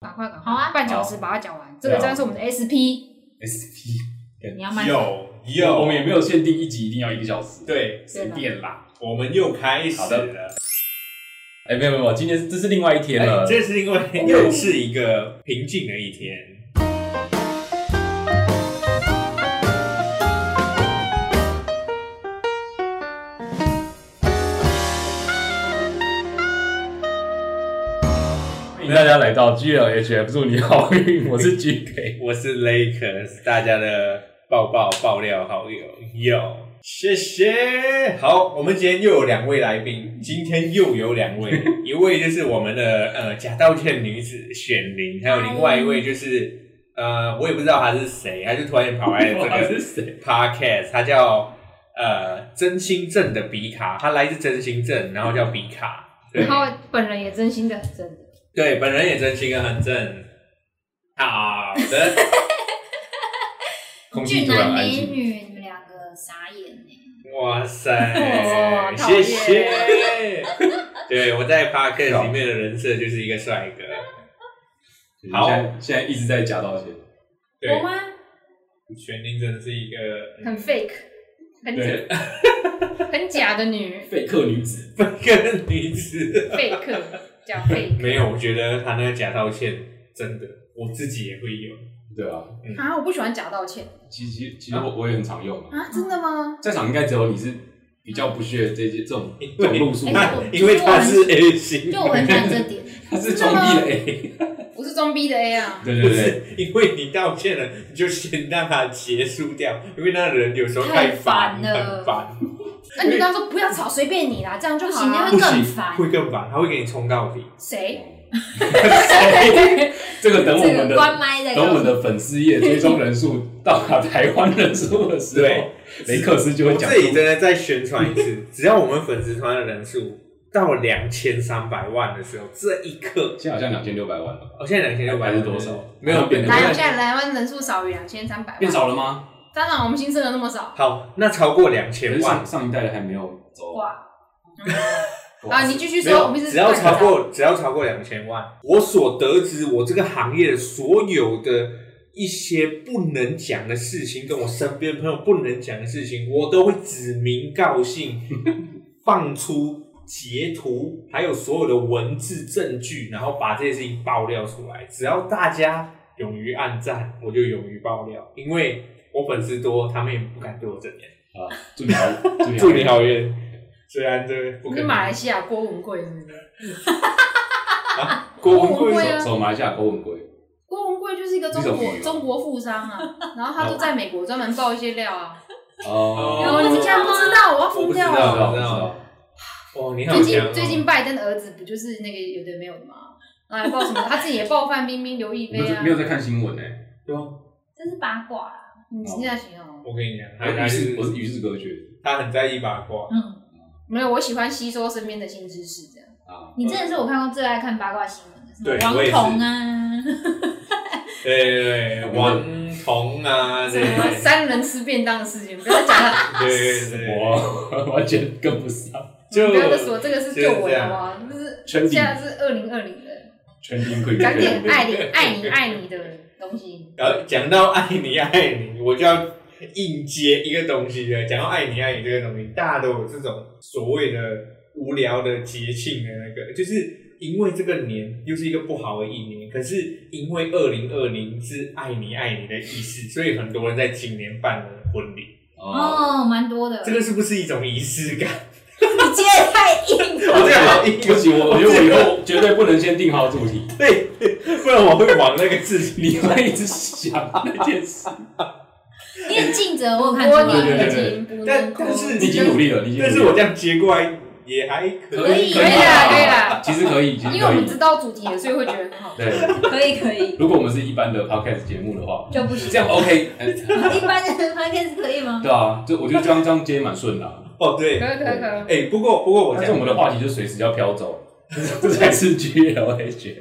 赶快赶快，好啊半小时把它讲完。这个真的是我们的 SP， SP 你要卖有有，有，我们也没有限定一集一定要一个小时，，对，随便啦。我们又开始好的了。哎，没有没有，今天这是另外一天了哎，，这是因为 又是一个平静的一天。欢迎哎大家来到 GLHF，祝你好运，我是 GK。我是 Lakers，大家的爆爆爆料好友有，谢谢。好，我们今天又有两位来宾，今天又有两 位，一位就是我们的呃假道歉女子雪玲，还有另外一位就是呃我也不知道她是谁，她就突然 跑来哇这是个谁？ podcast，她叫呃真心镇的比卡，她来自真心镇，然后叫比卡，对然后本人也真心的很真的。对，本人也真心的很正。好的。空气俊突男然安美静。女，你们两个傻眼欸呢。哇哇塞，讨谢厌谢。对，我在 podcast 里面的人设就是一个帅哥。好现在现在一直在假道歉。对我，吗？玄宁真的是一个很 fake，很对，很假的女废客女子，跟女子。 fake，叫 fake 没有，我觉得他那个假道歉真的，我自己也会有。对啊，啊！我不喜欢假道歉其实其实我我也很常用啊，啊！真的吗？在场应该只有你是比较不屑这些这种这种路数哎的，那我因为他是 A 型，就我很喜欢这点，他是装逼的哎 A，我是装逼的 A 啊！对不对对，是因为你道歉了，你就先让他结束掉，因为那人有时候太烦，太烦了很烦，那你就跟他说不要吵，随便你啦，这样就不好行，那了。会更烦。会更烦，他会给你冲到底。谁？这个 等我们这个的关麦的，等我们的粉丝页追踪人数到达台湾人数的时对候，雷克斯就我会讲这里 真的再宣传一次，只要我们粉丝团的人数到两千三百万的时候，这一刻，现在好像两千六百万了，哦，现在两千六百还是多少没有变对来，还我有们现在台湾人数少于两千三百万，变少了吗？当然，我们新生的那么少好，那超过两可千是万上，上一代的还没有走哇！哇啊，你继续没说，我有们一，直只要断你啊超过只要超过两千万，我所得知我这个行业所有的一些不能讲的事情，跟我身边朋友不能讲的事情，我都会指名 告姓，放出截图，还有所有的文字证据，然后把这些事情爆料出来。只要大家勇于暗赞，我就勇于爆料，因为我粉丝多，他们也不敢对我怎样。啊！祝你好，祝你祝你好，好运，虽然这个不你可是马能来，西亚郭文贵是不是？郭文郭文贵贵手啊走马来西亚郭文贵，郭文贵就是一个中一种国鱼哦中国富商啊， 然后他都在美国专门爆一些料啊。哦，哦，你们竟然不知道，我要我不疯知掉道了。我知道，哦，你好最强、哦近！最近拜登的儿子不就是那个有的没有的吗？啊，报什么？他自己也报范冰冰、刘亦没有菲在啊没。有在看新闻欸呢，对啊，这是八卦啦。你现在形容？我跟你讲，他我他与是世我哎哦是与世隔绝他很在意八卦，嗯，没有，我喜欢吸收身边的新知识，这样。啊，你真的是我看过最爱看八卦新闻的，什对么我也王是彤啊，对对对，王彤啊，什对么对三人吃便当的事情，不要再讲 了，对对对，我哦 完全跟不上，就不要再说这个是就是救我这的好样不好？就是全体现在是二零二零的，全民可以讲点爱你、爱你、爱你的东西。然后讲到爱你爱你，我就要硬接一个东西了。讲到爱你爱你这个东西，大家都有这种所谓的无聊的节庆的那个，就是因为这个年又是一个不好的一年，可是因为二零二零是爱你爱你的意思，所以很多人在今年办了婚礼，哦，哦，蛮多的。这个是不是一种仪式感？你接的太硬我这样好硬不行，我我觉得我以后绝对不能先定好主题，对，不然我会往那个字你会一直想那件事。你很尽责，我有看出我对对你对已经来。对不但能哭但是你已经努力了，你已经但努是力我了这样接过来也还可可以可以啦，可以啦，其实可以，其实因为我可们以知。道主题了，所以会觉得很好。对，可以可以，如果我们是一般的 podcast 节目的话，就不行。这样 OK，哎一般的 p o d 可以吗？对啊，就我觉得这样这样接蛮顺的啊。哦，对，可哎、以可以可以。不过不过我但讲是我们的话题就随时要飘走，这才是 G L H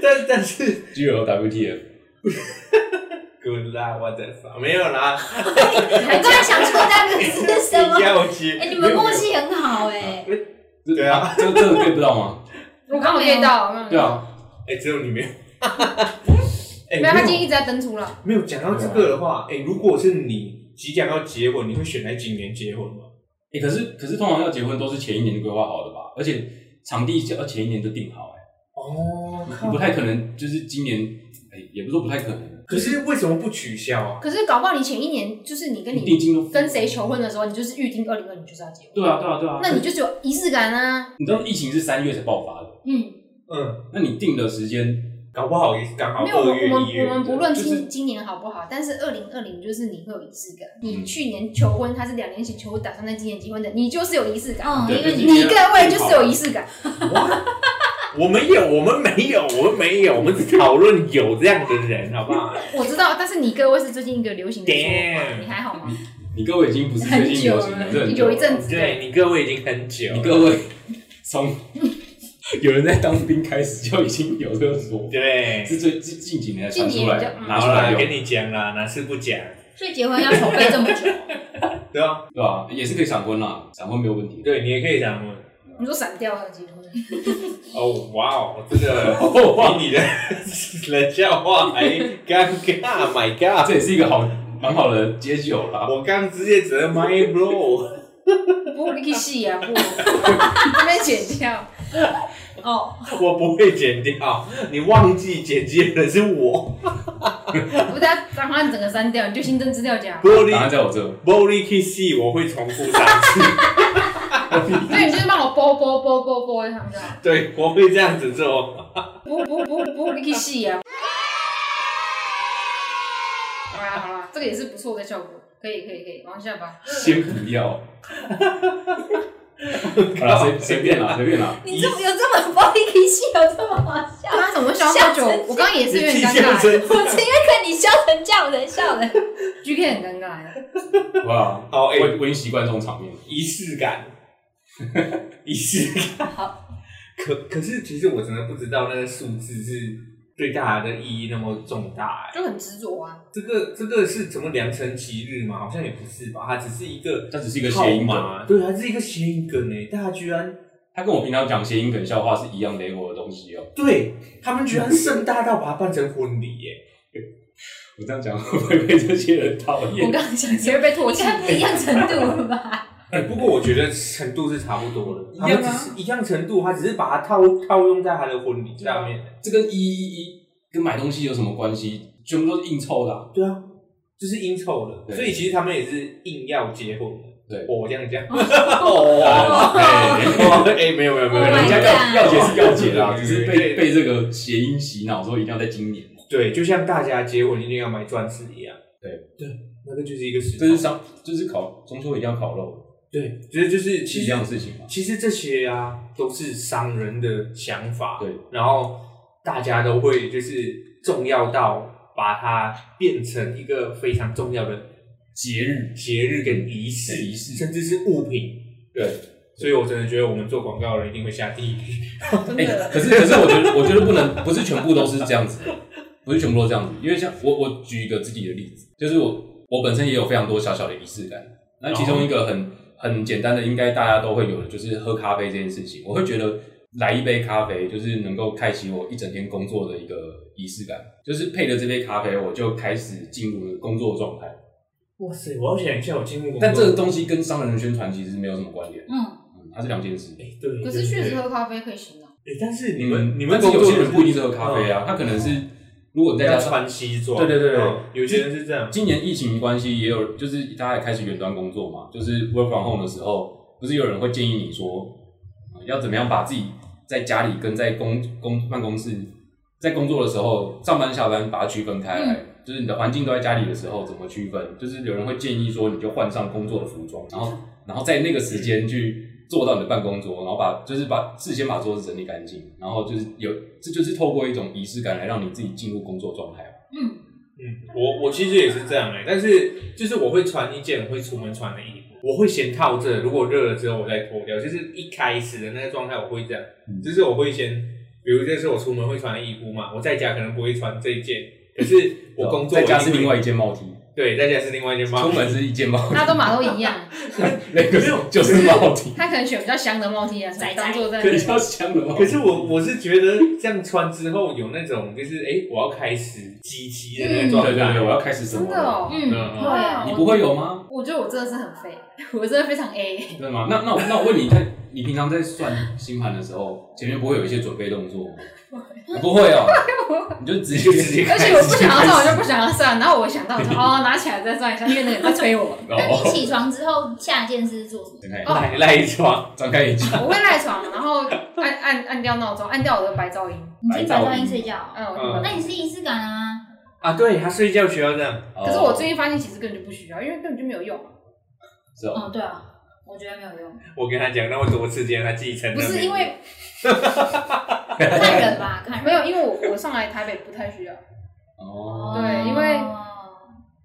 但但是 G L W T F。 good 啦，我的发没有啦，我突然想出那个是什么一 定？要接。哎，你们默契很好哎。这对啊，这这个 get 不到吗？我刚好 get 到，我刚好嗯 get 对到，啊，哎、只有你没有。哎、没有，他今没天有一直在登出了。没有讲到这个的话，哎、如果是你即将要结婚，你会选在几年结婚吗？哎、可是可是通常要结婚都是前一年规划好的吧？而且场地要前一年就定好、哎，哦，你不太可能就是今年，哎、也不是说不太可能，可是为什么不取消啊？可是搞不好你前一年就是你跟你定你金都跟谁求婚的时候，你就是预定二零二零就是要结婚，对啊对啊对啊，那你就只有仪式感啊。你知道疫情是三月才爆发的，嗯，嗯，那你定的时间，搞不好也是刚好没有，我二们月我一们月我们不论就是今今年好不好，但是二零二零就是你会有仪式感。嗯你去年求婚，他是两年前求婚，打算在今年结婚的，你就是有仪式感。嗯，对因为对你对你各位就是有仪式感，我没有，我们没有，我们没有，我们只讨论有这样的人，好 不好？我知道，但是你各位是最近一个流行的说法， Damn 你还好吗？你各位已经不是最近流行很的，久这了很久有一了阵子，对你各位已经很久了，你各位从 有人在当兵开始就已经有这个说法，对，是最近近几年才传近几出年来比较嗯拿好出来啦，用，跟你讲啦，哪次不讲？所以结婚要筹备这么久，对啊，对吧、也是可以闪婚啦，闪婚没有问题。对你也可以讲我你说闪掉了结婚，哦，哇哦，这个哇比你的 冷笑话还尴尬，My God！啊这也是一个好蛮好的解酒啦。我刚直接只能 My Bro，不，你去戏啊，不，那边剪掉。哦，我不会剪掉，你忘记剪接的是我不是他把他整个删掉，你就新增资料夹。答案 Body 在我这， Body Kiss，我会重复三次，所以你就是帮我播播播播播一下，知道吗？对我会这样子做。不不不不，你去戏啊！好啦好啦，这个也是不错的效果，可以可以可以，往下吧。先不要。哦好啦，随随便啦，随便啦。你这么有这么 b o d 戏，有这么好笑？他怎么会想到喝酒？我刚刚也你是有气点尴象尬生我是因为看你笑成这样，我才笑的。 ，GK 很尴尬。哇，好哎我我已经习惯这种场面。仪式感， 仪式感。可可是，其实我真的不知道那个数字是对大家的意义那么重大、欸。就很执着啊，这个这个是怎么良辰吉日吗？好像也不是吧，它只是一个它只是一个谐音梗号码，对，它是一个谐音梗诶、大家居然他跟我平常讲谐音梗笑话是一样 level 的东西哦、对他们居然盛大到把它办成婚礼哎耶、我这样讲会不会被这些人讨我厌？刚刚想谁会被唾应弃？该不一样程度了吧？哎、不过我觉得程度是差不多的，他啊一样们吗只是一样程度，他只是把它套套用在他的婚礼上面。这跟一一一跟买东西有什么关系？全部都是硬凑的啊、对啊，就是应酬了，对所以其实他们也是硬要结婚的。对我这样讲，哦，哎 哎，没有没有没有， Oh my 人人家家 God 要要解是要解啦，对只是被被这个谐音洗脑，说一定要在今年。对，就像大家结婚一定要买钻石一样，对对，那个就是一个时这是钟，上，就是烤中秋一定要烤肉，对，就是就是是其一实样的事情嘛。其实这些啊都是商人的想法，对，然后大家都会就是重要到把它变成一个非常重要的节日，节日跟仪式，仪式甚至是物品。对，所以我真的觉得我们做广告的人一定会下地狱。真哎、的，可是可是我觉得我觉得不能，不是全部都是这样子，不是全部都这样子，因为像我我举一个自己的例子，就是我我本身也有非常多小小的仪式感，那其中一个很很简单的，应该大家都会有的，就是喝咖啡这件事情，我会觉得。来一杯咖啡，就是能够开启我一整天工作的一个仪式感。就是配了这杯咖啡，我就开始进入了工作状态。哇塞！我要想一下，我进入广告但这个东西跟商人的宣传其实没有什么关联，嗯，嗯，它是两件事。哎，对，可是确实哎喝咖啡可以行啊，，但是你们你们嗯但是有工作些人不一定是喝咖啡嗯啊，他可能是如果你在家要穿西装，对对对对嗯有些人是这样，今年疫情关系，也有就是大家也开始远端工作嘛，就是 work from home 的时候，不是有人会建议你说，呃要怎么样把自己在家里跟在公公办公室，在工作的时候，上班下班把它区分开来。就是你的环境都在家里的时候，怎么区分？就是有人会建议说，你就换上工作的服装，然后然后在那个时间去坐到你的办公桌，然后把就是把事先把桌子整理干净，然后就是有这就是透过一种仪式感来让你自己进入工作状态嘛。嗯，嗯，我我其实也是这样哎、但是就是我会穿一件我会出门穿的衣服，我会先套这，如果热了之后我再脱掉。就是一开始的那个状态我会这样，嗯就是我会先，比如这是我出门会穿的衣服嘛，我在家可能不会穿这一件，可是我工作啊在家一定是会另外一件帽 T。对，再加是另外一间帽出子，门 是一件帽那都马都一样，那个就是帽 T，他可能选比较香的帽 T 啊，仔仔当做在可是要香的帽 可 T。是我我是觉得这样穿之后有那种就是哎、诶我要开始积极的那个对状态。嗯对对，我要开始什真么的了？哦，嗯，嗯对啊，嗯你不会有吗？我觉得我真的是很废，我真的非常 A， 真的吗？那那我那我问你，在你平常在算星盘的时候，前面不会有一些准备动作吗？不会哦，你就 直接就直接而且我不想要算，我就不想要算，然后我想到我说哦，拿起来再算一下，因为那个人在催我，那你 哦，起床之后下一件事是做什么？睁开哦赖赖床，张开眼睛，我会赖床，然后按按按掉闹钟，按掉我的白噪音，你自己白噪音睡觉哦，嗯，我就不嗯那你是仪式感啊。啊！对他睡觉需要这样，可是我哦最近发现，其实根本就不需要，因为根本就没有用。是哦，哦，对啊，我觉得没有 用，我跟他讲那么多次，今天他自己承认不了是因为看人吧，看人没有，因为我我上来台北不太需要哦，对因为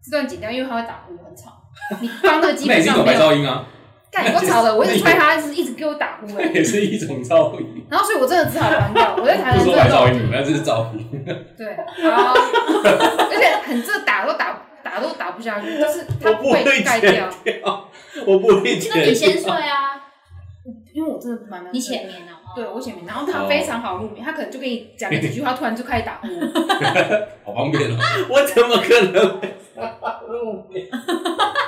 这段剪掉，因为它会打呼，很吵。你放那个基 那本也是一上种没白有。噪音啊，干，你给我吵的，我一 直踹他，一直一直给我打呼哎。也是一种 噪音。然后所以我真的只好关掉。我在台南嗯真不说白的哦噪音，那这是噪音。对，好， 而且很这打都打打都打不下去，就是它我不会被盖掉，我不会觉那你得先睡 啊，因为我真的蛮难。你浅眠哦。对我前面，然后他非常好入眠，他可能就跟你讲了几句话，突然就开始打呼。 好方便哦。我怎么可能会入眠？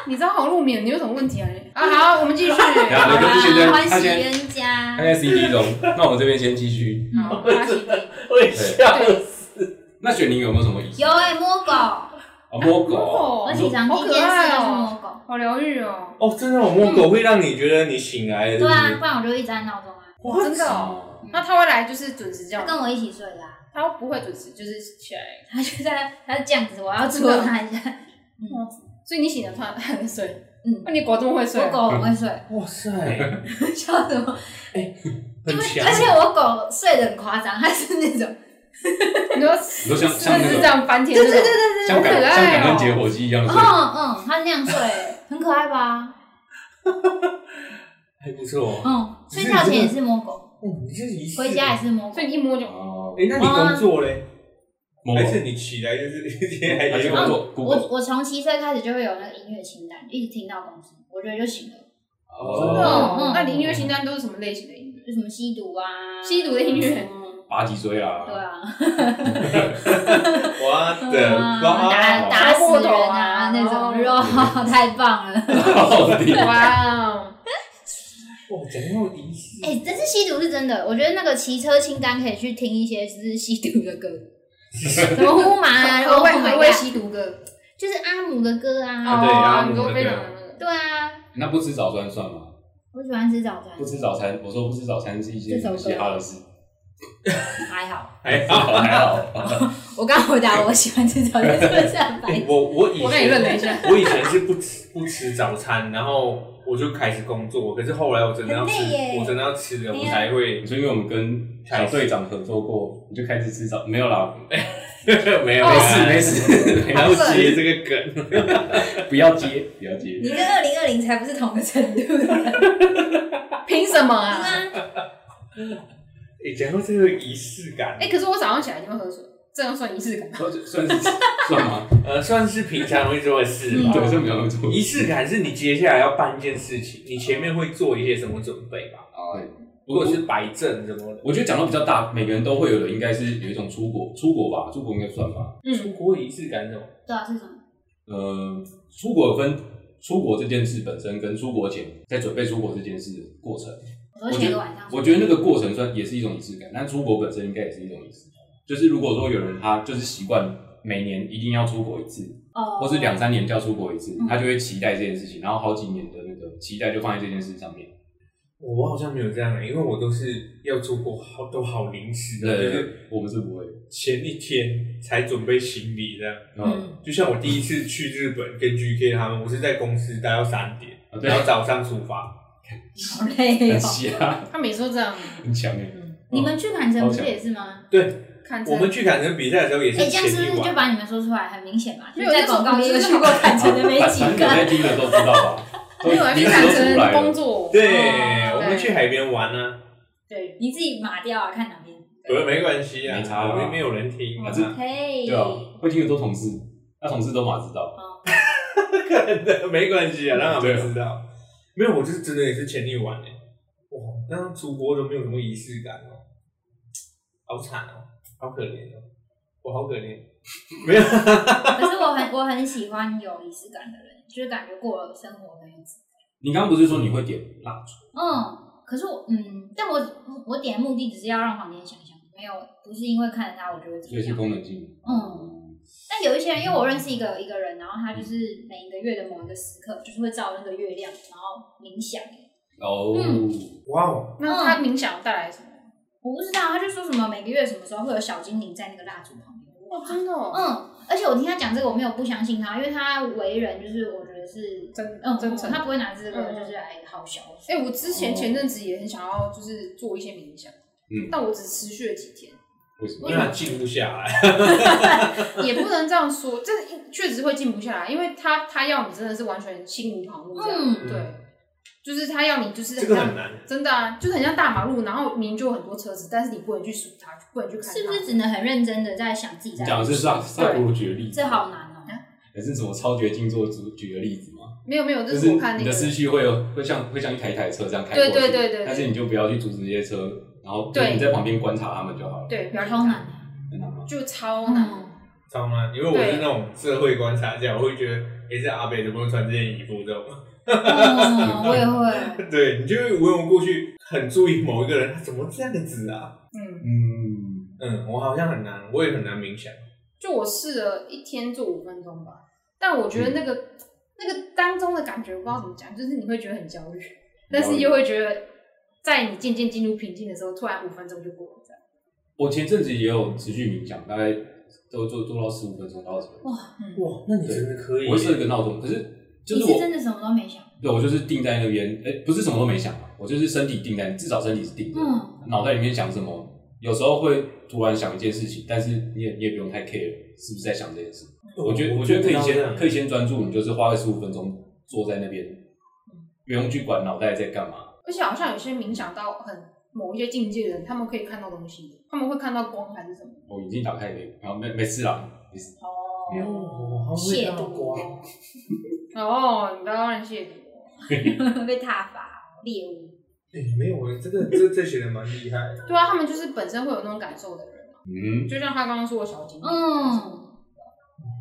你知道好入眠，你有什么问题啊？你啊，好，我们继续。然后好就啦是现在欢他喜现在冤家他。在 CD 中，那我们这边先继续。嗯哦好他洗地我笑对，那雪玲有没有什么意思？有哎，摸狗，啊，摸狗，哦我起床第好一可件事爱就是哦，摸狗。好疗愈哦，哦，真的哦，摸狗会让你觉得你醒来了，对啊，是不然我就一直按闹钟啊。不是？真的哦。哦，那他会来就是准时这他样，跟我一起睡的啊，他不会准时，就是起来。他就在他是这样子，我要戳他一下。所以你醒了，他还在睡。嗯，那你狗这么会睡我啊？狗很会睡，哇塞， 很笑什么？强而且我狗睡得很夸张，它是那种你说你说像是像不那是这个样翻天？对对对对像感好可爱哦像感恩节火鸡一样嗯的睡法，嗯，它那样睡，很可爱吧？还不错。嗯，睡觉前也是摸狗，哦，你这仪式回家也是摸狗所以。你一摸就哦，哎，那你工作嘞？摸还狗，是你起来就是 直接还还是有嗯工作我 Google 我从七岁开始就会有那个音乐清单，一直听到公司，我觉得就醒了。真的哦，哦哦。那你音乐清单都是什么类型的音乐？就什么吸毒啊，吸毒的音乐嗯拔脊椎啦，对啊，我 嗯的打妈！打死超过头人啊啊那种，肉太棒了。 到底哇哦，哇，讲到仪式，哎、但是吸毒是真的，我觉得那个骑车清单可以去听一些就是吸毒的歌，什么呼麻啊，何 Oh 谓 my 何谓 God，吸毒歌？就是阿姆的歌啊。对阿哦，姆你的歌说非常的那个对啊， 那不吃早餐算吗？我喜欢吃早餐不，吃早餐，我说不吃早餐是一件这首歌嘻哈的事， 还好。还还好好还 好。我刚回答我喜欢吃早餐，是不是很白 哎我我以我跟你认前了一下， 我以前是不吃不吃早餐，然后我就开始工作，可是后来我真的要吃很累，耶我真的要吃对了，啊我才 会你说因为我们跟小队长合作过，你就开始吃早没有啦，没有哦没啊事没事，哦没还要事，接这个梗， 不要接不要接。你跟二零二零才不是同个程度的 人。凭什么对 啊？啊，哎，讲到这个仪式感哎，，可是我早上起来一定会喝水，这样算仪式感吗。 算算是算吗？呃，算是平常会做的事嗯。吧对，算比较做仪式感是你接下来要办一件事情，你前面会做一些什么准备吧？啊。或我者是是摆正什么的。我觉得讲到比较大，每个人都会有的，应该是有一种出国，出国吧，出国应该算吧。嗯出国仪式感是什么？对啊，是什么？呃，出国有分出国这件事本身跟出国前在准备出国这件事的过程，我说前一个晚上我觉得那个过程算也是一种仪式感，但出国本身应该也是一种仪式感。就是如果说有人他就是习惯每年一定要出国一次，哦，或是两三年就要出国一次嗯，他就会期待这件事情，然后好几年的那个期待就放在这件事上面。我好像没有这样的、因为我都是要出国好都好临时的，对就是，我们是不会。前一天才准备行李这样。嗯，嗯，就像我第一次去日本跟 GK 他们，我是在公司待到三点，啊对然，后早上出发。好累很哦。瞎，他每次都这样很强 哎。嗯你们去坎城不是也是吗？对，看着我们去坎城比赛的时候也啊哦哎、是这样是前不一是就晚。把你们说出来？很明显吧？没就有在广告业去过坎城的没反几正有 在个。听的都知道吧？都因为我还去名啊看字都出成来工了。作，对，哦我们去海边玩啊，对，你自己码掉啊，看哪边。哦呃，没关系啊，没差啊我们没有人听啊反。正可以。对啊，会听的都同事，那同事都马知道。 没关系啊，让他们知道。没有，我就是真的也是前一晚哎、哇，那出国都没有什么仪式感哦，好惨哦，好可怜哦，我好可怜。没有，可是我很我很喜欢有仪式感的人，就是感觉过了生活很有质感。你刚刚不是说你会点蜡烛？嗯，可是我嗯，但我我点的目的只是要让房间香香，没有不是因为看着它我就会怎所么以是样。功能性。嗯，但有一些人，因为我认识一个一个人，然后他就是每一个月的某一个时刻，就是会照那个月亮，然后冥想。哦，哇哦，那他冥想带来什么？我不知道，他就说什么每个月什么时候会有小精灵在那个蜡烛旁边。哇，真的、哦，嗯，而且我听他讲这个，我没有不相信他，因为他为人就是我觉得是真嗯真诚。他不会拿这个嗯就是哎好小。哎、我之哦前前阵子也很想要，就是做一些冥想，嗯但我只持续了几天，为什因么嗯为？他静不下来。也不能这样说，这确实会静不下来，因为他他要你真的是完全心无旁骛这样，嗯对，就是他要你就是这很个像很难。真的啊，就是很像大马路，然后明明就有很多车子，但是你不能去数它，不能去看它，是不是只能很认真的在想自己在你？讲的是萨萨古鲁举的例子，这好难哦、还是什么超绝静坐举举的例子吗？没有没有，就这是是我看那你的个，思绪会有会像会像一台一台车这样开过对去，对对对对但是你就不要去阻止这些车，然后就对你在旁边观察他们就好了，对，不要理它超难，真的吗？就超嗯难。懂吗？因为我是那种社会观察家，我会觉得，诶，这阿北怎么会穿这件衣服？这种， 嗯，我也会。对，你就会无缘无故去很注意某一个人，他怎么这样子啊？嗯，嗯，嗯，我好像很难，我也很难冥想。就我试了一天做五分钟吧，但我嗯觉得那个、那个当中的感觉，我不知道怎么讲，就是你会觉得很焦虑，但是又会觉得，在你渐渐进入平静的时候，突然五分钟就过了，这样。我前阵子也有持续冥想，大概都做做到十五分钟到二十分钟，哇，那你真的可以我会设一个闹钟，可是 就你是是我真的什么都没想，对我就是定在那边，哎，不是什么都没想啊，我就是身体定在，至少身体是定的，嗯，脑袋里面想什么。有时候会突然想一件事情，但是你也你也不用太 care 是不是在想这件事。我觉得我觉得可以先可以先专注，你就是花个十五分钟坐在那边，不用去管脑袋在干嘛。而且好像有些冥想到很某一些境界的人，他们可以看到东西的，他们会看到光还是什么。我眼睛打开也可以，然后没没事啦，没事。没有哦，好会亵倒挂渎，哦，你不要让人亵渎我。哦被踏伐，猎物。诶没有，这个这这些人蛮厉害的。对啊，他们就是本身会有那种感受的人嘛，啊嗯，就像他刚刚说的小啊精灵。嗯，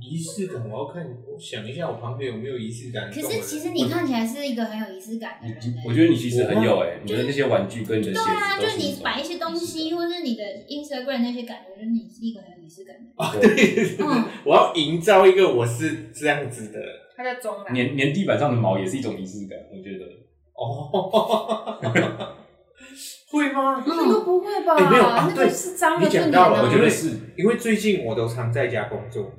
仪式感，我要看，我想一下，我旁边有没有仪式感可的人。是其实你 看起来是一个很有仪式感的你人、我欸。觉得你其实很有哎、你的那些玩具跟你的鞋对啊，子就都是一你种摆一些东西，或是你的 Instagram 那些感觉，就是你是一个很有仪式感的人。哦，对，嗯，我要营造一个我是这样子的人。他在装啊啦。粘粘地板上的毛也是一种仪式感，我觉得。啊哦， 会嗯吗？啊那个不会吧？哎没有啊那个是脏的对你就讲粘到了的我啊觉得是，因为最近我都常在家工作，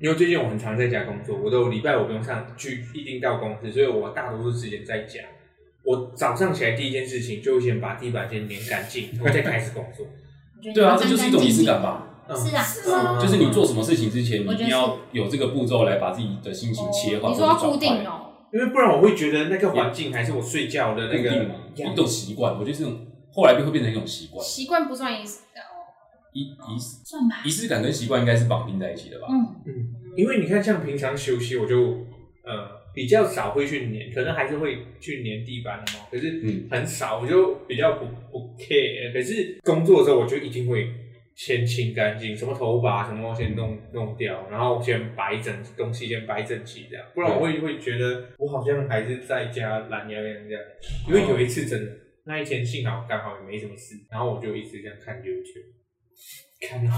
因为最近我很常在家工作，我都礼拜我不用上去，一定到公司，所以我大多数时间在家。我早上起来第一件事情就先把地板先粘干净，我再开始工作。我觉得对啊，这你就是一种仪式感吧。嗯是啊是吗就是你做什么事情之前，你我一觉得定要有这个步骤来把自己的心情切换。你说要或者固转定换哦，因为不然我会觉得那个环境还是我睡觉的那固个嗯定嘛，一种习惯，我觉得这种后来就会变成一种习惯。习惯不算仪式感哦。仪仪式算吧。仪式感跟习惯应该是绑定在一起的吧？嗯，因为你看，像平常休息，我就呃比较少会去粘，可能还是会去粘地板的嘛，可是嗯很少，我就比较不不 care。可是工作的时候，我就一定会先清干净，什么头发什么先弄弄掉，然后先摆整东西，先摆整齐这样，不然我会会觉得我好像还是在家懒洋洋这样。因为有一次真的那一天幸好刚好也没什么事，然后我就一直这样看 YouTube，看到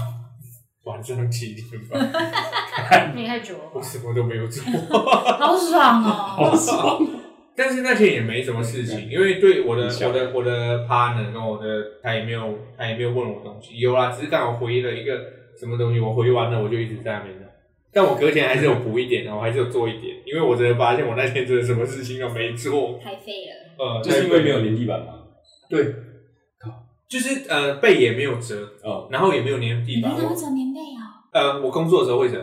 晚上七点半。那也太久了吧我。什么都没有做，好爽哦。爽。但是那天也没什么事情，因为对我的很小我的我的 partner 跟我的他也没有他也没有问我东西，有啦，只是刚好回了一个什么东西，我回完了我就一直在那边弄但我隔天还是有补一点的，我还是有做一点，因为我真的发现我那天真的什么事情都没做，太废了。呃，就是因为没有有粘地板嘛。对，就是呃背也没有折，嗯，然后也没有粘你地板平，常会折棉被啊？呃，我工作的时候会折，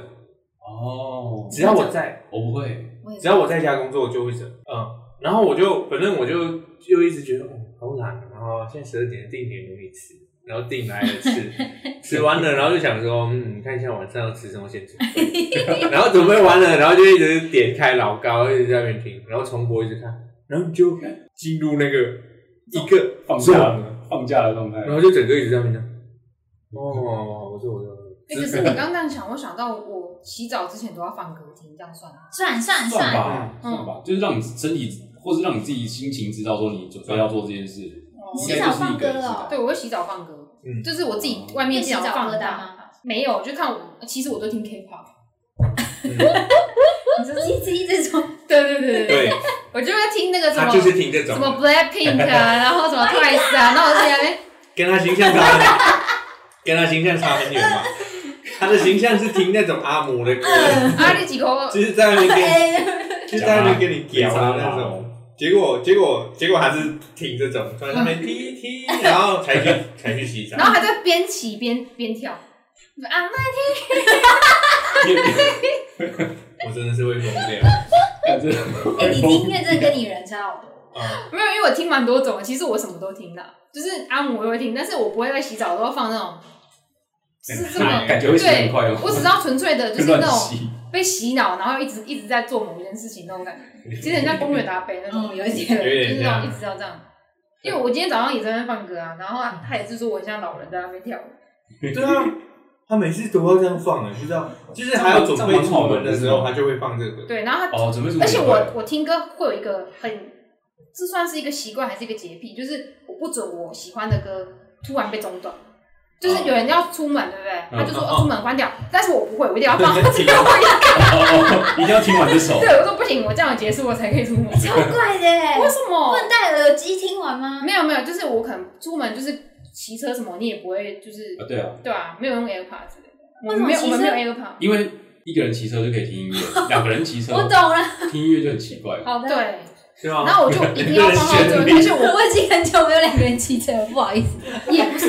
哦，只要我在，我不会，我也只要我在家工作，我就会折，嗯，然啊后我就反正我就就一直觉得，哦，好懒，然后现在十二点定点容易吃，然后订来了 吃，吃完了，然后就想说，嗯，看一下晚上要吃什么先准备， 然后准备完了，然后就一直点开老高，一直在那边听，然后重播一直看，然后你就进入那个一个放假状了，放假的状态然。后就整个一直在那边讲，哦，我说我说，哎，可是你刚这样想，我想到我洗澡之前都要放歌听，这样算吗？算算算算，吧，嗯算吧。就是让你身体或是让你自己心情知道说你准备要做这件事，应洗该澡就是放一歌个哦，对，我会洗澡放歌，嗯就是我自己外面洗电脑澡放歌的单大，吗？没有，就看我，其实我都听 K-pop，嗯你说一直一直说，对对对对，对，我就会听那个什他么啊就是听这什么种， Blackpink 啊，然后什么 Twice 啊，然后我在那边。跟他形象差很，跟他形象差很远嘛，他的形象是听那种阿姆的歌，啊，你几口？就是在那边跟。哎，就在那边跟你屌的那种。结果结果结果还是听这种，在那边踢踢，然后才去才去洗澡然。后还在边骑边边跳。啊，那我真的是会疯掉哎这 哎你音乐真的跟你人差好多，啊！没有，因为我听蛮多种的，其实我什么都听的，就是阿姆我也会听，但是我不会在洗澡的时候放那种，是这么。感觉会洗很快哦。我只知道纯粹的，就是那乱种洗，被洗脑，然后一直一直在做某件事情那种感觉。其实很像公园打北那种，嗯有一点，有一点就是那像种一直要这样。因为我今天早上也在那边放歌啊，然后他也是说我很像老人在那边跳舞。对啊，他每次都要这样放，不知道，就是还有准备出门的时候，他就会放这个。对，然后他哦，准备出门而且我我听歌会有一个很，这算是一个习惯还是一个洁癖？就是我不准我喜欢的歌突然被中断，就是有人要出门，对不对？他就说、嗯嗯。哦、出门关掉，但是我不会，我一定要放 哦哦，一定要听完这 首。对，我说不行，我这样结束我才可以出门。超怪的哎， 为什么不？能戴耳机听完吗？欸没有没有，就是我可能出门就是骑车什么，你也不会就是啊，对啊，对啊，没有用 AirPod 之类的。我为们没有我什么骑们没有车 AirPod。因为一个人骑车就可以听音乐，两个人骑车我懂了，听音乐就很奇怪。好的，对，对啊然，后我就一定要放到 最后，而且我我已经很久没有两个人骑车了，不好意思。也不是，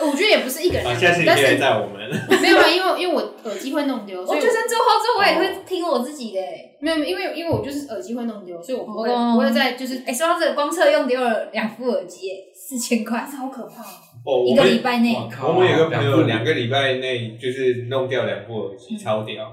我觉得也不是一个人啊，想下听，次你但可以是带 我们。没有啊，因为因为我耳机会弄丢，所我以哦就我算做后座，我也会听我自己的哎。没有，因为因为我就是耳机会弄丢，所以我不会哦不会再就是哎、说到这个，光测用丢了两副耳机耶，四千块，好可怕。哦，一我个们礼拜内哇靠我们有个朋友两个个礼拜内就是弄掉两部耳嗯机，超屌。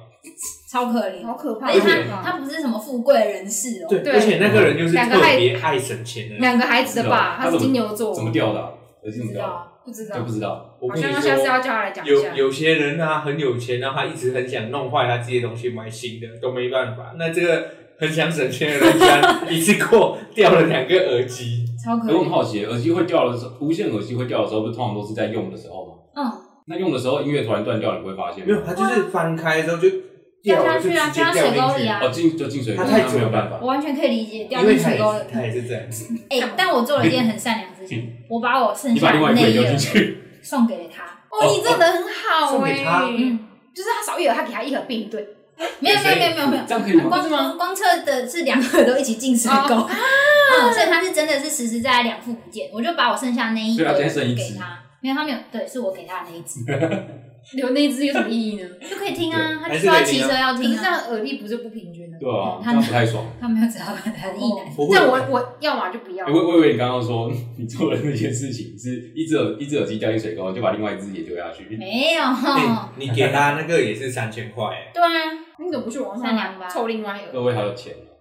超可怜。哎好可怕！而且而且他他不是什么富贵人士哦、对而且那个人就是特别爱省钱的人。两个孩子的爸，不知他道是金牛座，怎么掉的啊？耳机怎不知么掉道的？啊，不知道都不？知道。我好跟像你要说，下次要叫他来讲一有下。有些人啊，很有钱啊，他一直很想弄坏他自己的东西，买新的都没办法。那这个很想省钱的人，家一次过掉了两个耳机，超可可是我很怜。好奇，耳机会掉的时候，无线耳机会掉的时候，不是通常都是在用的时候吗？嗯，那用的时候音乐突然断掉，你不会发现没吗有，？他就是翻开之后就掉掉了，下就去啊直接掉进掉到水沟里去。啊哦，进就进水沟，他太那没有办我法。完全可以理解掉因为进他水也沟是了。他也是这样子，哎、但我做了一件很善良的事情，我把我剩你把下另外的一个内也丢进衣去，送给了他。哦，你真的很好送哎给他，嗯，就是他少一盒，他给他一盒并对。没有没有没有没有没有，这样可以吗？是光吗光光测的是两个都一起进水沟、 哦嗯，所以他是真的是实实在在两副不见，我就把我剩下那一啊所以他现在剩一给只他，没有他没有，对，是我给他的那一嗯只，留那一只有什么意义呢？就可以听啊，他还就是说他可以骑听啊车要可听是这。啊 样耳力不是不平均的。对啊，这他样不太爽。他没有只要把他的意男，不这会啊样我我要么就不要欸、。我我以为你刚刚说 你做的那件事情是一只耳一只耳机掉进水沟，就把另外一只也丢下去。没有，欸你给他那个也是三千块欸，对啊，你怎么不去网善良上吧啊凑另外一盒？各位还有钱哦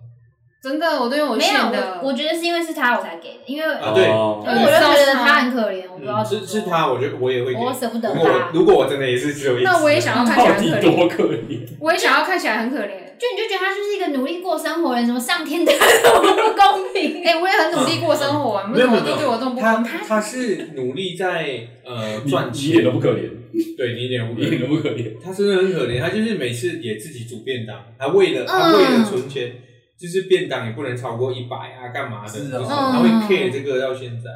真的，我都用我没有，现我的。我觉得是因为是他我才给的，因为啊对哦因为我就觉得他很可怜，我不知道怎么嗯，是说是，他，我觉得我也会给。我舍不得如果我他，如果我真的也是只有一只，那我也想要看起来到底很可怜，多可怜？我也想要看起来很可怜。就你就觉得他就是一个努力过生活的人，什么上天对我不公平，哎，我也很努力过生活，啊你没为什有没么有没都有对我这么不他公平？他是努力在呃你赚你一点都不钱，可怜，对你一点无你一点都不可怜。他真的很可怜，他就是每次也自己煮便当，他为嗯了他为了存钱，就是便当也不能超过一百啊，干嘛的？是啊就是嗯他会 care 这个到现在。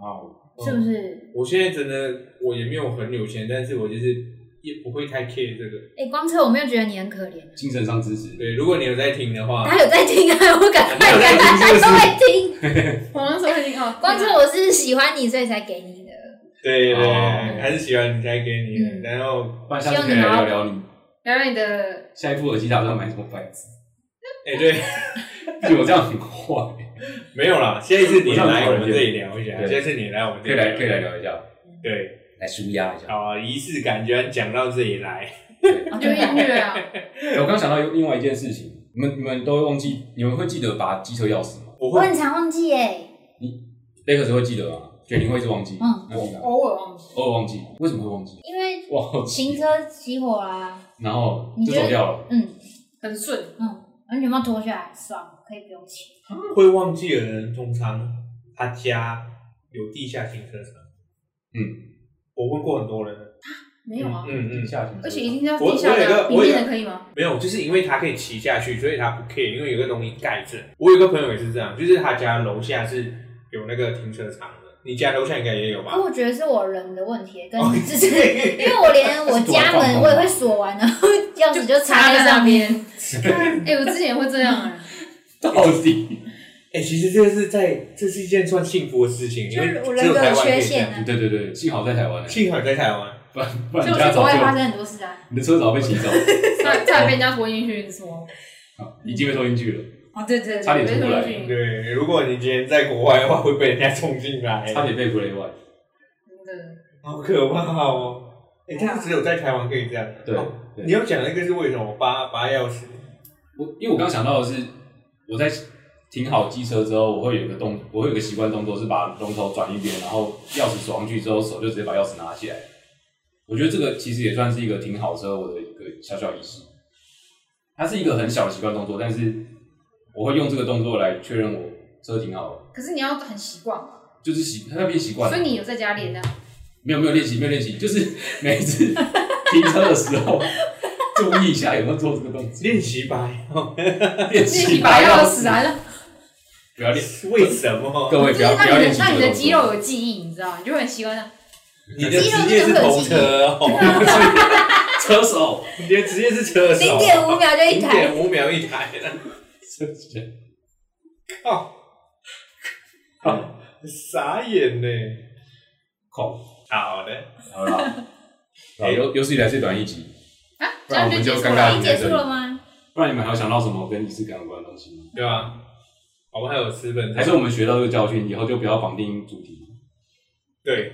哦，嗯是不是？我现在真的我也没有很有钱，但是我就是也不会太 care 这个。哎，光车我没有觉得你很可怜，精神上支持。对，如果你有在听的话，他有在听啊，我赶快跟他他都会听，我那时候已经哦， 光车我是喜欢你，所以才给你的，对对对哦还是喜欢你才给你的。嗯然后，不然下次可以来聊聊你聊聊你的 下一副耳机打算买什么牌子？ 哎、对，对我这样很坏，没有啦，下一次你我上次来我有们一点这里聊一下，对下次你来我们可这以里来可以来聊一下。对，来舒压一下。好啊，仪式感居然讲到这里来，对，就音乐啊，哎我刚想到有另外一件事情，你们你们都会忘记，你们会记得拔机车钥匙吗我我会很常忘记耶，贝克斯会记得吗？卷宁会一直忘记，嗯那你呢偶尔忘记。偶尔忘记，为什么会忘记？因为我好行奇，车起火啦，然后你就觉得走掉了。嗯很顺，嗯，安全帽脱下来，爽，可以不用骑。会忘记的人，通常他家有地下停车场。嗯，我问过很多人，没有啊，嗯嗯，下停车而且已经在我地下我有一个的，里我有一个面的可以吗？没有，就是因为他可以骑下去，所以他不 care，因为有个东西盖着。我有个朋友也是这样，就是他家楼下是有那个停车场的，你家楼下应该也有吧可？我觉得是我人的问题，跟哦只是因为我连我家门我也会锁完，然后钥匙就插在上面。边。 哎，我之前也会这样啊，到底？哎、其实这是在这是一件算幸福的事情，因就为是我只人有格台有湾可缺以这陷样。啊， 对对对，幸好在台湾呢，幸好你在台湾，不然所不然以你我家在国早外发就生很多事啊。你的车早被骑走，差差点被人家拖进去，什么？好已经被拖进去了，哦，对对，差点被出不来拖进去。对，如果你今天在国外的话，会被人家冲进来，差点被 Play One。真好可怕哦！哎、但是只有在台湾可以这样。对哦对你要讲那个是为什么拔拔钥匙？我因为我刚想到的是，我在停好机车之后，我会有一个动，我会有一个习惯动作是把龙头转一边，然后钥匙锁上去之后，手就直接把钥匙拿起来。我觉得这个其实也算是一个停好车我的一个小小仪式。它是一个很小的习惯动作，但是我会用这个动作来确认我车停好了，的。可是你要很习惯嘛，就是习它那边习惯所了以。你有在家 练的。没有没有练习，没有练习，就是每次停车的时候注意一下有没有做这个动作，练习拔钥练你习把拔钥钥匙匙，啊， 就不要练。匙，为什么？各位是不要不让要你练的习让你这个的动肌作。肉有记忆，你知道吗？你就会很习惯这样。你的职业是头车哦，不是车手， 你的职业是车手，零点五秒就一零点台，五秒一台了，靠，傻眼呢。靠，好的，好了，好哎有有史以来最短一集，啊，这不然样我们就结就束尴了。尬已经结束了吗？不然你们还有想到什么跟仪式感有关的东西吗？对吧？我们还有私本，还是我们学到这个教训，以后就不要绑定主题？对，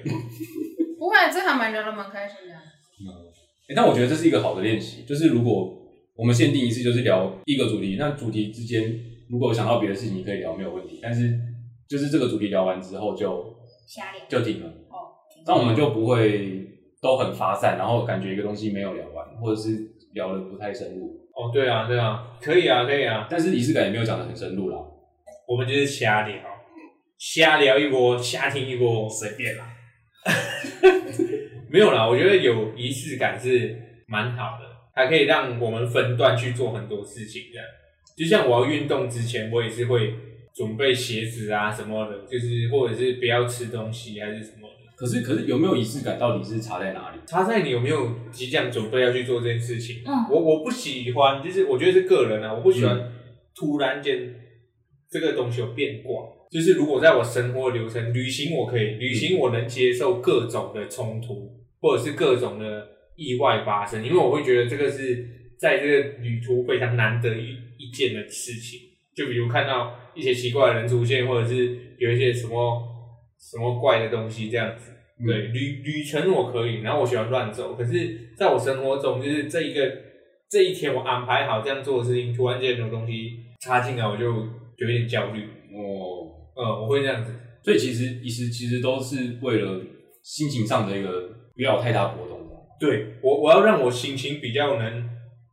不会啊，这还蛮聊的蛮开心的啊。嗯，欸但我觉得这是一个好的练习，就是如果我们限定一次就是聊一个主题，那主题之间如果有想到别的事情，你可以聊没有问题，但是就是这个主题聊完之后就瞎聊就停了，哦，那我们就不会都很发散，然后感觉一个东西没有聊完，或者是聊的不太深入。哦，对啊，对啊，可以啊，可以啊，但是仪式感也没有讲的很深入啦，我们就是瞎聊，瞎聊一波，瞎听一波，随便啦。没有啦，我觉得有仪式感是蛮好的，还可以让我们分段去做很多事情这样。就像我要运动之前，我也是会准备鞋子啊什么的，就是或者是不要吃东西还是什么的。可是可是有没有仪式感，到底是差在哪里？差在你有没有即将准备要去做这件事情。嗯我我不喜欢，就是我觉得是个人啊，我不喜欢突然间这个东西有变卦。就是如果在我生活流程，旅行我可以，旅行我能接受各种的冲突，或者是各种的意外发生，因为我会觉得这个是在这个旅途非常难得一一件的事情。就比如看到一些奇怪的人出现，或者是有一些什么什么怪的东西这样子。嗯对，旅旅程我可以，然后我喜欢乱走，可是在我生活中，就是这一个这一天我安排好这样做的事情，突然间有东西插进来，我就有点焦虑。哦，嗯，我会这样子。所以其实仪式其实都是为了心情上的一个不要有太大波动的。对我，我要让我心情比较能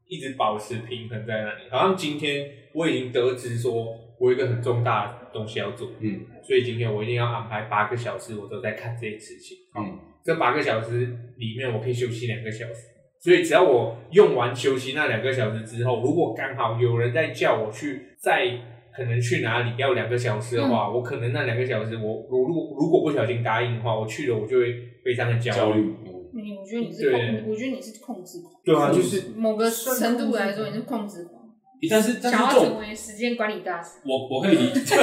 一直保持平衡在那里。好像今天我已经得知说，我有一个很重大的东西要做，嗯所以今天我一定要安排八个小时，我都在看这些事情。嗯，这八个小时里面，我可以休息两个小时。所以只要我用完休息那两个小时之后，如果刚好有人在叫我去，在可能去哪里要两个小时的话，我可能那两个小时我我如果如果不小心答应的话，我去了我就会非常的焦焦虑。虑。嗯你我觉得你是对控，我觉得你是控制狂。对啊，就是某个程度来说，你是控制狂，但是但想是要这成种为时间管理大师。我我可以理解，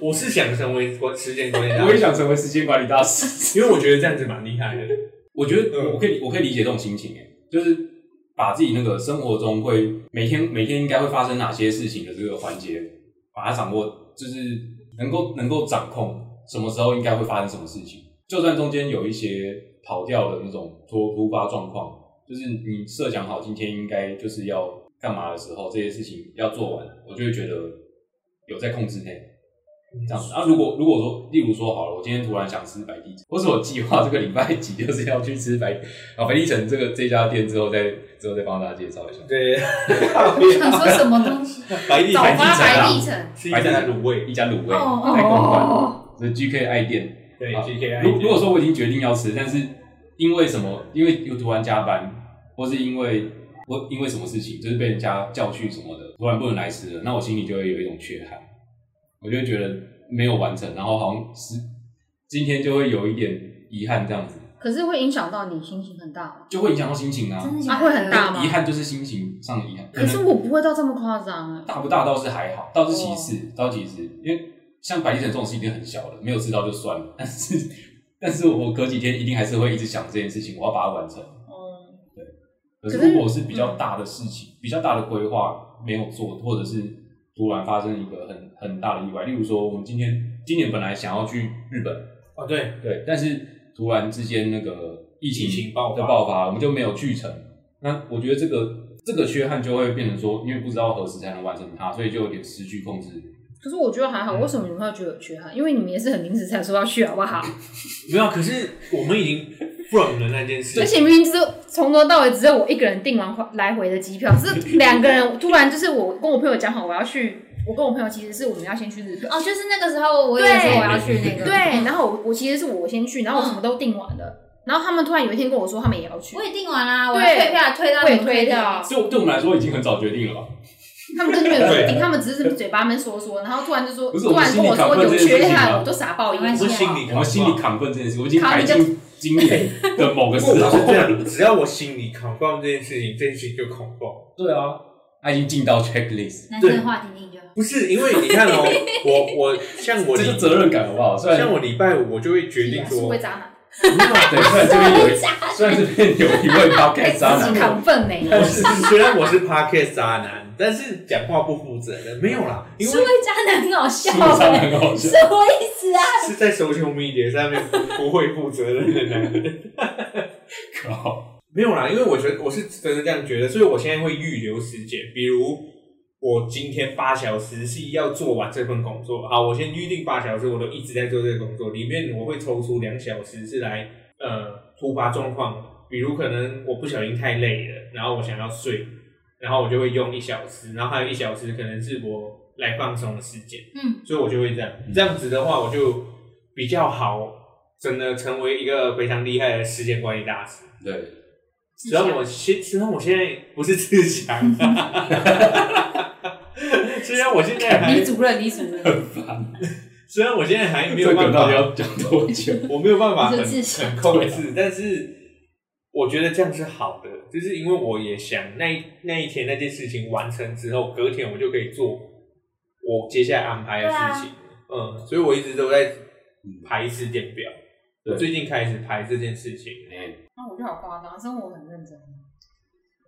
我是想成为管时间管理 大我也师，想成为时间管理大师。 因为我觉得这样子蛮厉害的。 我觉得嗯我可以我可以理解这种心情，哎，就是把自己那个生活中会每天每天应该会发生哪些事情的这个环节，把它掌握，就是能够能够掌控什么时候应该会发生什么事情。就算中间有一些跑掉的那种突突发状况，就是你设想好今天应该就是要干嘛的时候，这些事情要做完，我就会觉得有在控制内。这样子，然啊后如果如果说，例如说好了，我今天突然想吃白地，或是我计划这个礼拜几就是要去吃白啊白地城这个这家店之后再之后再帮大家介绍一下。对，想说什么东西？白地早白地发城啊白历程，是一家卤味，一家卤味哦哦在公馆，这 GK 爱店。对啊 G K I。如如果说我已经决定要吃，但是因为什么？因为又突然加班，或是因为我因为什么事情，就是被人家叫去什么的，突然不能来吃了，那我心里就会有一种缺憾，我就会觉得没有完成，然后好像是今天就会有一点遗憾，这样子可是会影响到你心情很大吗？就会影响到心情啊。真的啊会很大吗遗憾就是心情上的遗憾，可是能我不会到这么夸张哎。大不大倒是还好，倒是其哦次，倒是其次，因为像百丽城这种事情已经很小了，没有吃到就算了。但 是，但是我隔几天一定还是会一直想这件事情，我要把它完成。哦，可可是是如果是比较大的事嗯情，比较大的规划没有做，或者是突然发生一个很很大的意外，例如说我们今天今年本来想要去日本，哦对，对，但是突然之间那个疫情疫情爆发的爆发，我们就没有去成。那我觉得这个这个缺憾就会变成说，因为不知道何时才能完成它，所以就有点失去控制力。可是我觉得还好，为什么你们会觉得有缺憾？因为你们也是很临时才说要去，好不好？没有，啊可是我们已经 from 了那件事而，且明明就是从头到尾只有我一个人订完回来回的机票，是两个人突然就是我跟我朋友讲好我要去，我跟我朋友其实是我们要先去日本。哦，就是那个时候我也哎说我要去那啊个，啊对，然后我我其实是我先去，然后我什么都订完了，然后他们突然有一天跟我说他们也要去我，也订完啊啦，我对退票退到我也你推退掉掉啊，所以对我们来说已经很早决定了吧？他们根本没有决定，对他们只是嘴巴们说说，然后突然就说，不是突然跟我我说们有心缺里考虑这件事情憾，啊我都傻爆没眼关。我系们心里我们心里扛分这件事，我已经排扛进今年的某个时我是候这了。样，只要我心里 confirm 这件事情，这件事情就 confirm。 对啊，他已经进到 checklist，男生的话听听就好。不是因为你看哦，我我像我这礼是责任感好不好？虽然像我礼拜五我就会决定是说会，渣男，没有对，虽然这边有一，虽然这边有一 位 podcast 渣自己 男，扛分呢。我是 虽然我是 podcast 渣男，但是讲话不负责任，没有啦，因为是会渣男很好笑是不是欸，很好笑？什么意思啊？是在 social media 上面不不会负责任的男人。靠，没有啦，因为我觉得我是真的这样觉得，所以我现在会预留时间，比如我今天八小时是要做完这份工作，啊好，我先预定八小时，我都一直在做这个工作，里面我会抽出两小时是来呃突发状况，比如可能我不小心太累了，然后我想要睡，然后我就会用一小时，然后还有一小时可能是我来放松的时间，嗯，所以我就会这样，这样子的话我就比较好，真的成为一个非常厉害的时间管理大师。对，只要我现，虽然我现在不是自强，虽然我现在李还，主任，李主任，很烦。虽然我现在还没这个有办到底法，要讲多久？我没有办法很你是自强很控制，但是我觉得这样是好的，就是因为我也想那一那一天那件事情完成之后，隔天我就可以做我接下来安排的事情，嗯，所以我一直都在排时间表，嗯对最近开始排这件事情，那我就好夸张，生活很认真。啊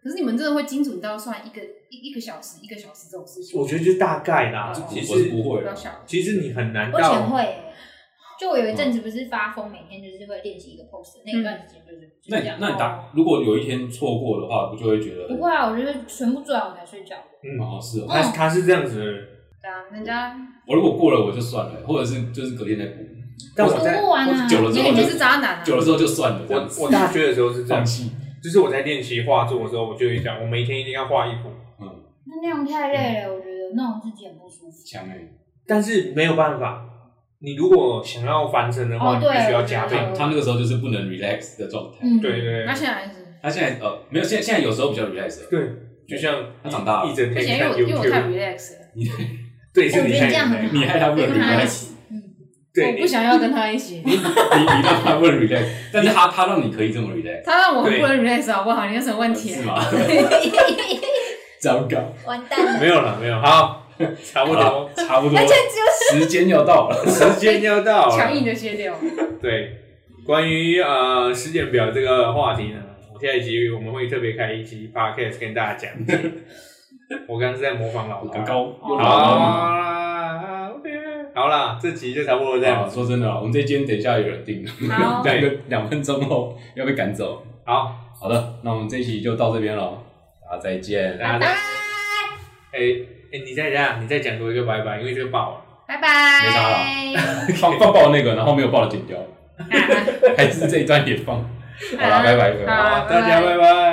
可是你们真的会精准到算一个一一个小时一个小时这种事情？我觉得就大概啦，哦其我是实不会啊不要的，笑，其实你很难我以前到。会欸，就我有一阵子不是发疯，每天就是会练习一个 pose，那一段时间就是就嗯那这你样。那你打，如果有一天错过的话，不就会觉得不会啊，我就是全部做完我才睡觉。嗯哦是哦，他他是这样子的人，对啊，人家我如果过了我就算了，或者是就是隔天再补，但我我在不完啊，我久了之那后个就是渣男啊。久了之后就算了，这样我子我大学的时候是这样放，弃。就是我在练习画作的时候，我就会讲，我每天一定要画一幅，那那样太累了，我觉得那种自己很不舒服。强欸哎，但是没有办法，你如果想要翻身的话，哦你对必须要加倍。他他那个时候就是不能 relax 的状态。嗯，对对那对现在是，他现在呃没有，现在现在有时候比较 relax 了。对，就像他长大了一整不天行，因为看我因为我太 YouTube， relax 了，对，是我你觉得这样太很好你害他不能我跟他一 relax，起，对，我你不想要跟他一起。你你让他不能 relax，但是他他让你可以这么 relax，他让我很不能 relax 好不好？你有什么问题啊是？吗？糟糕，完蛋了，没有了，没有，好，差不多，好差不多而，且只有时间要到了。时间要到了，强硬的歇掉。对，关于呃时间表这个话题呢，下一集我们会特别开一集 podcast 跟大家讲 解。我刚刚是在模仿老老高，高，又老好高。啊，OK。好啦，这集就差不多这样啊，子。说真的啊，我们这间等一下有人订了，好两个两分钟后要被赶走。好，好的，那我们这一期就到这边了，大家再见。大家再，哎哎，你再这样，你再讲多一个拜拜，因为这个爆了。拜拜。没啥 放放爆那个，然后没 有爆的剪掉，还是这一段也放。好了，拜拜，拜拜。好啊好，大家拜拜拜。